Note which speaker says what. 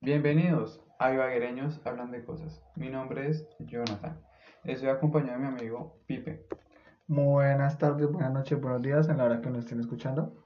Speaker 1: Bienvenidos a Ibaguereños Hablan de Cosas. Mi nombre es Jonathan. Estoy acompañado de mi amigo Pipe.
Speaker 2: Buenas tardes, buenas noches, buenos días en la hora que nos estén escuchando.